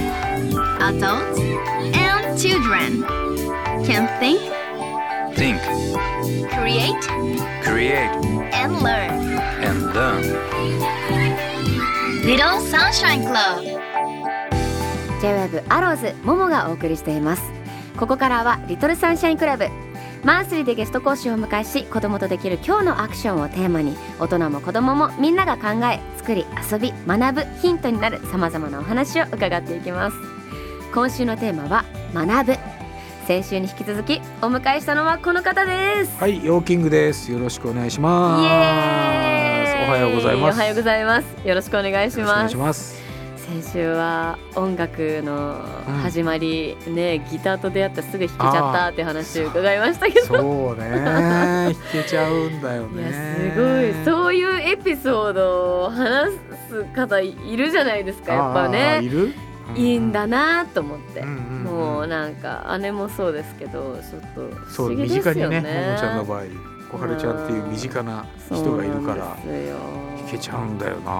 Adults and children can think, Think, create, create, and learn. and learn. Little Sunshine Club. J-WAVE アローズモモがお送りしていますここからはリトルサンシャインクラブマンスリーでゲスト講師をお迎えし子供とできる今日のアクションをテーマに大人も子供もみんなが考え作り遊び学ぶヒントになるさまざまなお話を伺っていきます今週のテーマは学ぶ先週に引き続きお迎えしたのはこの方ですはい、ヨーキングです。よろしくお願いします。イエーイおはようございます。おはようございますよろしくお願いしよろくお願まいすします。先週は音楽の始まり、ねギターと出会ってすぐ弾けちゃったって話を伺いましたけどそうね、弾けちゃうんだよいやね。すごいそういうエピソードを話す方いるじゃないですかやっぱあーねいる？いいんだなと思って、うんうんうんもうなんか姉もそうですけどちょっと不そ思う、議身です近よにね、ねももちゃんの場合、小春ちゃんっていう身近な人がいるからそうなんですよ弾けちゃうんだよな。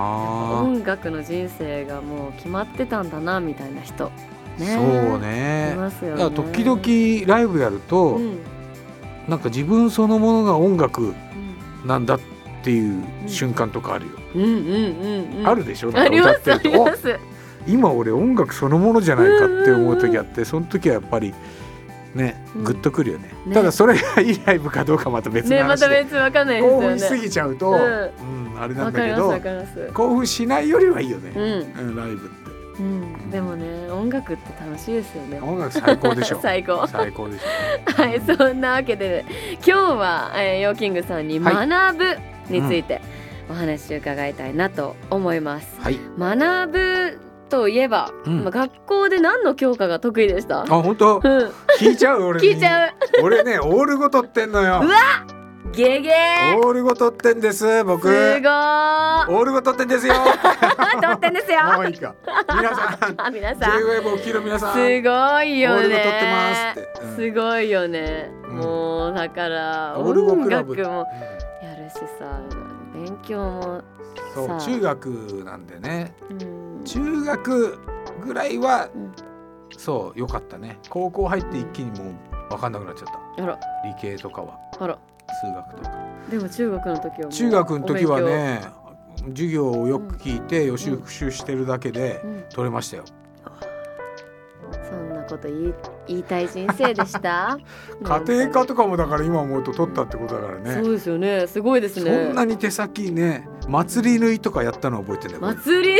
音楽の人生がもう決まってたんだなみたいな人ねそういね。ますよだねから時々ライブやると、うんうんなんか自分そのものが音楽なんだっていう瞬間とかあるよ。うんうんうんあるでしょ？なあんかり歌まってすあるとります今俺音楽そのものじゃないかって思う時あってその時はやっぱりねうんグッとくるよね,、ねただそれがいいライブかどうかまた別のねま話で、た別わかんないです興よ奮しすねぎちゃうと、ううんあれなんわだかけりますどわかります興奮しないよりはいいようね、んうんライブっうん、でもね音楽って楽しいですよねて音楽最高でし ょ最高最高でしょはいそんなわけで今日は、えー、ヨーキングさんにはい学ぶについてお話伺いたいなと思います、はい学ぶといえば、うんまあ学校で何の教科が得意でしたあ本当うん聞いちゃう俺に聞いちゃう俺ねオール語取ってんのようわゲゲーオール語取ってんですす僕ごーオール語取ってんですよとってんですよもういいか皆さ んあ皆さん J-WAVE を聴きの皆さんすごいよオールねが撮ってますってすごいよね、うんもうだからオルゴ音クラブ楽もやるしさ勉強も、そうさあ中学なんでねうん、中学ぐらいは、うんそう良かったね高校入って一気にもう分かんなくなっちゃっあらた理系とかはあら数学とかでも中学の時はもう中学の時はお勉ね授業をよく聞いて予習復習してるだけで強、うん取れましたよそんなこと言い言いたい人生でした 家庭科とかもだから今思うと取ったってことだからねそうですよねすごいですそねんなに手先ね祭り縫いとかやったの覚えてんだよ俺祭り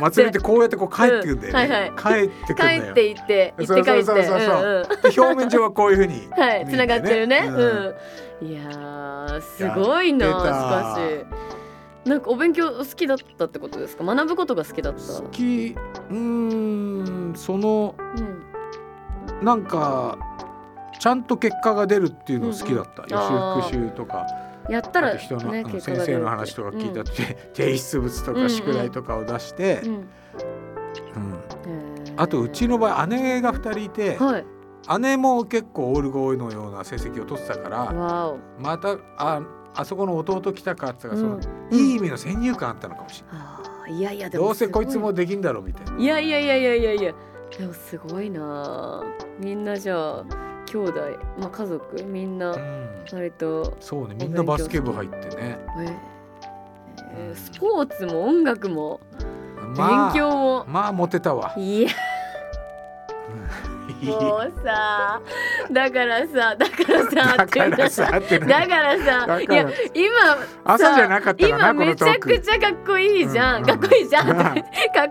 祭りってこうやってこう帰ってくんだよね、うん帰ってくんだよ帰って行って行そってう帰そうって、そうそうで表面上はこういうふうに はい、つながってるね。うんうん。いやー、すごいな、しやってたかし。なんかお勉強好きだったってことですか。学ぶことが好きだった。好きうーんそのうん。なんかちゃんと結果が出るっていうの好きだった、あー予習復習とかやったあら、とね、人の、うん結果が出先るって生の話とか聞いたって、 提出物とうんうかん宿題とかを出して、うん。うんうんあとうちの場合姉が2人いて、はい。姉も結構オールゴーイのような成績を取ってたからわお。またああそこの弟来たかって言ったうら、んそのいい意味の先入観あったのかもしれない。あーいやいやでもどうせこいつすごもできんだろうみたいな。いやいやいやいやいやいや。でもすごいな。みんなじゃあ兄弟、まあ家族みんなうん割とそうねみんなバスケ部入ってね、えーえースポーツも音楽もまあ勉強も。まあモテたわいやもうさだからさだからさだからってさっていうかなだからさだいからや今さ朝じゃなかったかな今こめのちトゃークくちゃかっこいいじゃん、うんかっこいいじゃん、うんかっ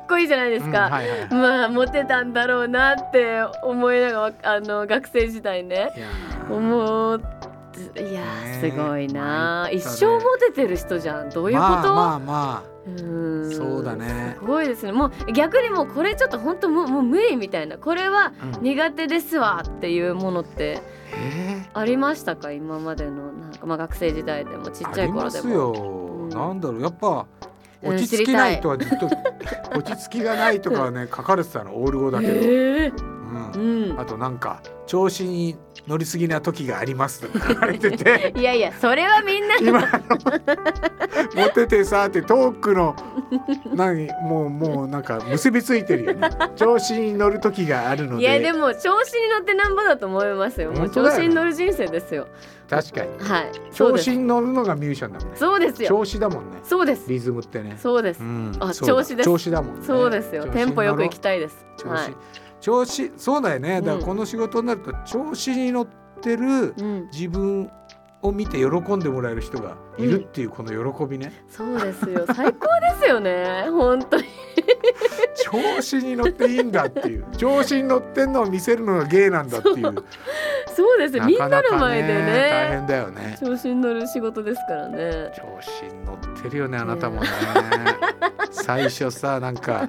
こいいじゃないですうんか、はいはいはまあモテたんだろうなって思いながらあの学生時代ねいいやー思っていやーすごいな、ねえ一生モテてる人じゃんどういうこと、まあまあまあうーんそうだねすごいですねもう逆にもうこれちょっと本当もうもう無理みたいなこれはうん苦手ですわっていうものってえありましたか今までのなんか、まあ、学生時代でもちーっちゃあいりま頃ですも。よんなんだろうやっぱうん落ち着きないとはずっと落ち着きがないとかはね書かれてたのオール語だけどえーうんうんあとなんか調子に乗りすぎな時がありますとか書かれてていやいやそれはみんな今のモテてさってトークの何もうもうなんか結びついてるよね調子に乗る時があるのいでやでも調子に乗ってなんぼだと思いますよもう本当だ調子よに乗る人生ですよ確かにはいそう調です子に乗るのがミュージシャンだもんねそうですよ調子だもんねそうですリズムってねそうですうんあそうだ調子です調子だもんねそうですよ調子にテ乗ろうンポよく行きたいです調子、はい調子そうだよねだうかんらこの仕事になると調子に乗ってるうん自分を見て喜んでもらえる人がいるっていうこの喜びね、そうですよ最高ですよね本当に調子に乗っていいんだって いう調子に乗ってんのを見せるのが芸なんだっていうそうですよみんなの前でなかなかね大ね変だよね調子に乗る仕事ですからね調子に乗ってるよねあなた もね最初さなんか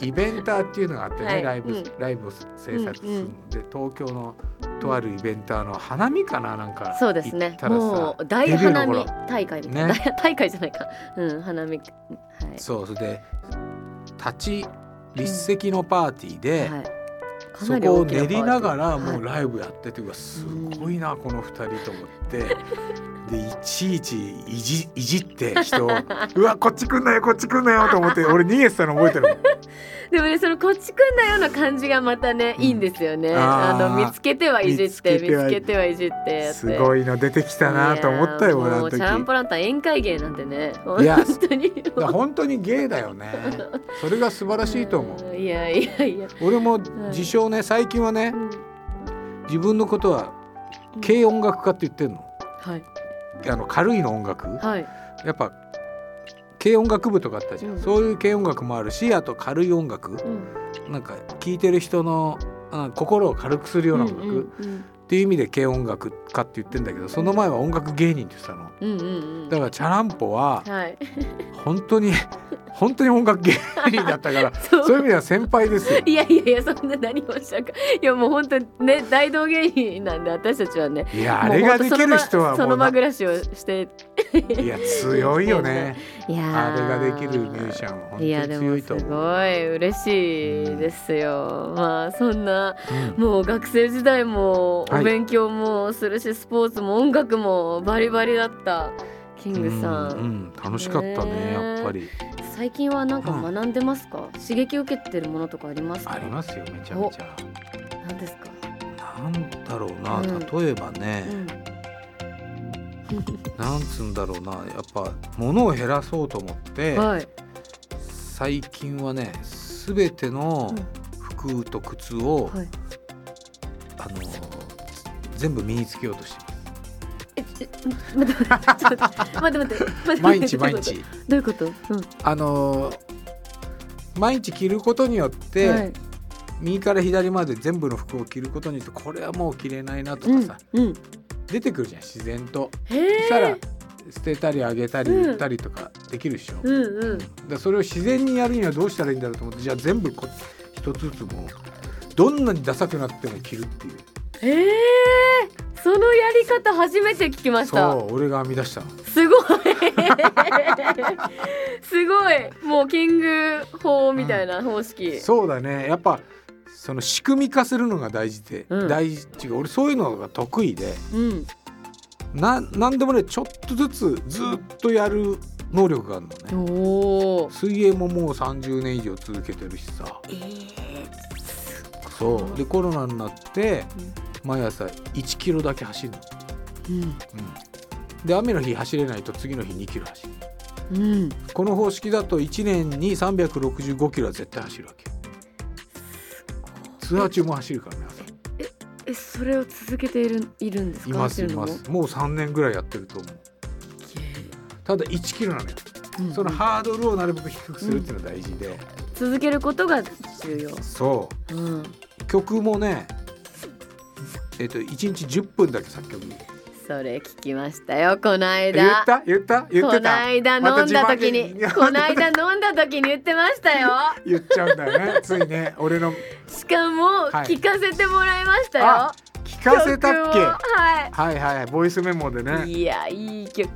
イベンターっていうのがあってね、はいライブ、うんライブを制作するうんうんんで、東京のとあるイベンターの花見かななんかそうです行ねったらさもう大花デビ見ューの大会みたいな、ね 大会じゃないかうん花見はいそうそれで立ち立席のパーティーで、はい、かそなりこを大きな練りながパらーティーもうはいライブやってて、うわすごいなこの2人と思ってでいちいちいじいじって人をうわこっち来んなよこっち来んなよと思 って俺逃げてたの覚えてるもんでもねそのこっちくんだよの感じがまたね、うんいいんですよねああーの見つけてはいじって見見つけてつはいけてはいじって やってすごいの出てきたなと思ったよい俺やーもあのう時チャンポランタン宴会芸なんてね本いや当にだから本当に芸だよねそれが素晴らしいと思ううんいやいやいや、俺も自称ね最近はねうん自分のことは軽音楽家って言ってんのはいあの軽いの音楽はいやっぱ軽音楽部とかあったじゃん、うんそういう軽音楽もあるしあと軽い音楽うんなんか聴いてる人のあ心を軽くするような音楽、うんっ、ていう意味で軽音楽家って言ってんだけどその前は音楽芸人って言ってたのうんうんうんだからチャランポはうんはい 本当に 本当に音楽芸人だったから そうそういう意味では先輩ですよ。いやいやいやそんな何をおっしゃるかいやもう本当にね大道芸人なんで私たちはねいやあれができる人はもうほんとその場そものう場な暮らしをしていや強いよねいやあーれができるミュージシャンは本当いにやでも強いすとご思う。い嬉しいですよ、まあそんなうんもう学生時代もはいお勉強もするし、スポーツも音楽もバリバリだったキングさん、うんうん楽しかったねねやっぱり最近はなんか学んでますか、刺激受けてるものとかありますかありますよめちゃめちゃ何ですか、なんだろうな、うん例えばね、うんなんつうんだろうなやっぱ物を減らそうと思って、はい最近はね全ての服と靴を、はいあの全部身につけようとしてまええ待って待ってちょっと待って待って待って待 ってす毎日毎ど日ういうことどういうこと、うんあの毎日着ることによって、はい右から左まで全部の服を着ることによってこれはもう着れないなとかさ、うんうん、出てくるじゃん自然と。へえしたら捨てたりあげたりうん売ったりとかできるでしょ、うんうんだからそれを自然にやるにはどうしたらいいんだろうと思ってじゃあ全部こ一つずつもうどんなにダサくなっても着るっていうえー、そのやり方初めて聞きましそたう俺が編み出したのすごいすごいもうキング法みたいな方式、そうだねやっぱその仕組み化するのが大事で、うん大事っていうか俺そういうのが得意でうんな何でもねちょっとずつずっとやる能力があるのねおお水泳ももう30年以上続けてるしさえー、すそうでコロナになってうん毎朝1キロだけ走るのうんうん、で雨の日走れないと次の日2キロ走るうんこの方式だと1年に365キロは絶対走るわけツアー中も走るからね朝えそれを続けているいるんですかいます走いるのまもすもう3年ぐらいやってると思うただ1キロなのようんそのハードルをなるべく低くするっていうのが大事で、続けることが重要そうんう曲もねえっと1日10分だけ作曲それ聞きましたよこの間え言った言った言っこてなたいだ飲んだ時に、また自慢げにこないだ飲んだ時に言ってました よ。言っちゃうんだよねついね俺のしかも、はい聞かせてもらいましたよ。あ聞かせたっけ曲をははいはいボイスメモでねい。いやいい曲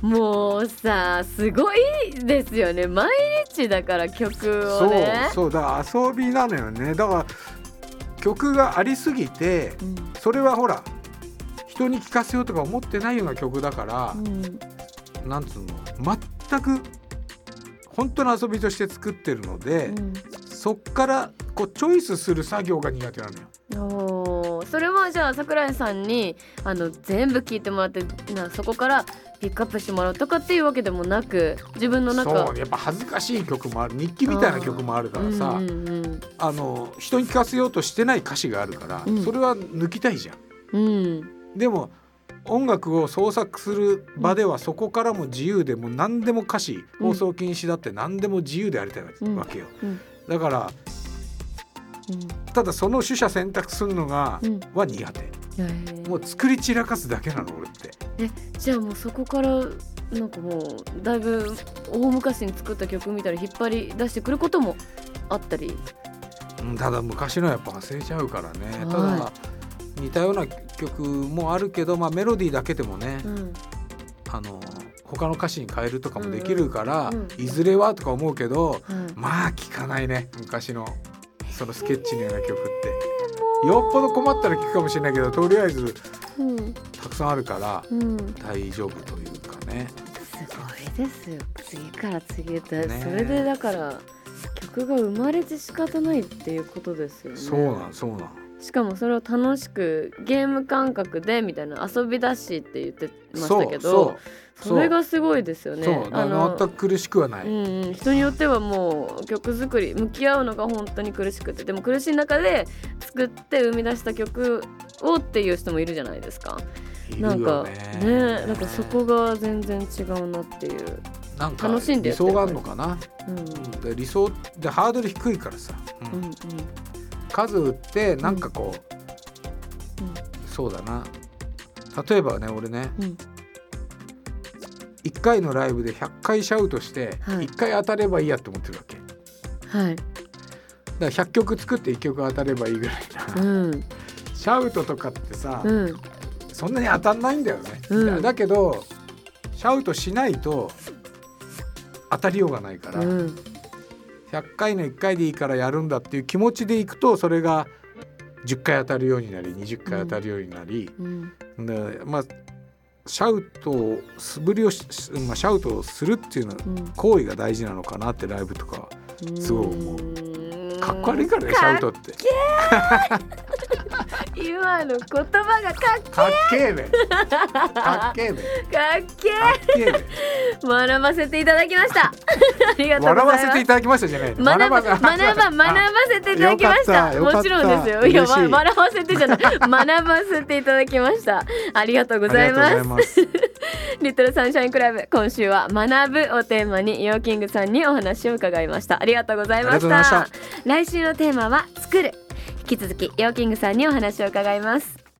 もうさすごいですよね毎日だから曲をねそうそうだから遊びなのよねだから曲がありすぎてうんそれはほら人に聴かせようとか思ってないような曲だから、うんなんつうの全く本当の遊びとして作ってるので、そっからこうチョイスする作業が苦手なのよ。うん、おーそれはじゃあ桜井さんにあの全部聞いてもらってなそこからピックアップしてもらうとかっていうわけでもなく自分の中そうやっぱ恥ずかしい曲もある日記みたいな曲もあるからさ、うんうんあの人に聴かせようとしてない歌詞があるから、うんそれは抜きたいじゃん。うんでも音楽を創作する場ではそこからも自由でもう何でも歌詞、うん放送禁止だって何でも自由でありたいわけよ、うんうんだからただその取捨選択するのが、うんは苦手うんへーもう作り散らかすだけなの俺ってじゃあもうそこからなんかもうだいぶ大昔に作った曲みたいに引っ張り出してくることもあったりうんただ昔のやっぱ忘れちゃうからねたはだ似たような曲もあるけど、まあ、メロディーだけでもね、うんあの他の歌詞に変えるとかもできるから、うんうんうんいずれはとか思うけど、はいまあ聞かないね昔のそのスケッチのような曲ってよっぽど困ったら聞くかもしれないけどとりあえずうんたくさんあるからうんす大丈夫というかねごいですよ次から次へと、ねえそれでだから曲が生まれて仕方ないっていうことですよねそうなんそうなんしかもそれを楽しくゲーム感覚でみたいな遊び出しって言ってましたけどそうそれがすごいですよそう,、ねそうだから全く苦しくはない、うんうん、人によってはもう曲作り向き合うのが本当に苦しくてでも苦しい中で作って生み出した曲をっていう人もいるじゃないですか、いるなよんかねねなんかそこが全然違うなっていう、なんか楽しんで理やって想るがあるのかな、うんうんで理想でハードル低いからさ、うんうんうん、数打ってなんかこう、うんうんそうだな例えばね俺ね、うん1回のライブで100回シャウトしてはい1回当たればいいやって思ってるわけ、はい、だから100曲作って1曲当たればいいぐらいな、うんシャウトとかってさ、うん、そんなに当たんないんだよね、うんだけどシャウトしないと当たりようがないから、うん、 100回の1回でいいからやるんだっていう気持ちでいくとそれが10回当たるようになり20回当たるようになり、うん、でまあシャウトを素振りをし、まあ、シャウトをするっていうのはうん行為が大事なのかなってライブとかうん、すごい思うかっこ悪いからねシャウトって今の言葉がかっかっけえべかっけえべかっけかっけえべー学ばせていただきました ありがとうございま笑わすせていただきましたじゃないの学ば学ば学ばせていただきましたよかったもちろんですよよかったいや嬉しいわ笑わせてじゃ ない学ばせていただきましたありがとうございありまがとすうございますリトルサンシャインクラブ今週は学ぶをテーマにヨーキングさんにお話を伺いましたありがとうございまあしりがとうございた来週のテーマは作る引き続きヨーキングさんにお話を伺います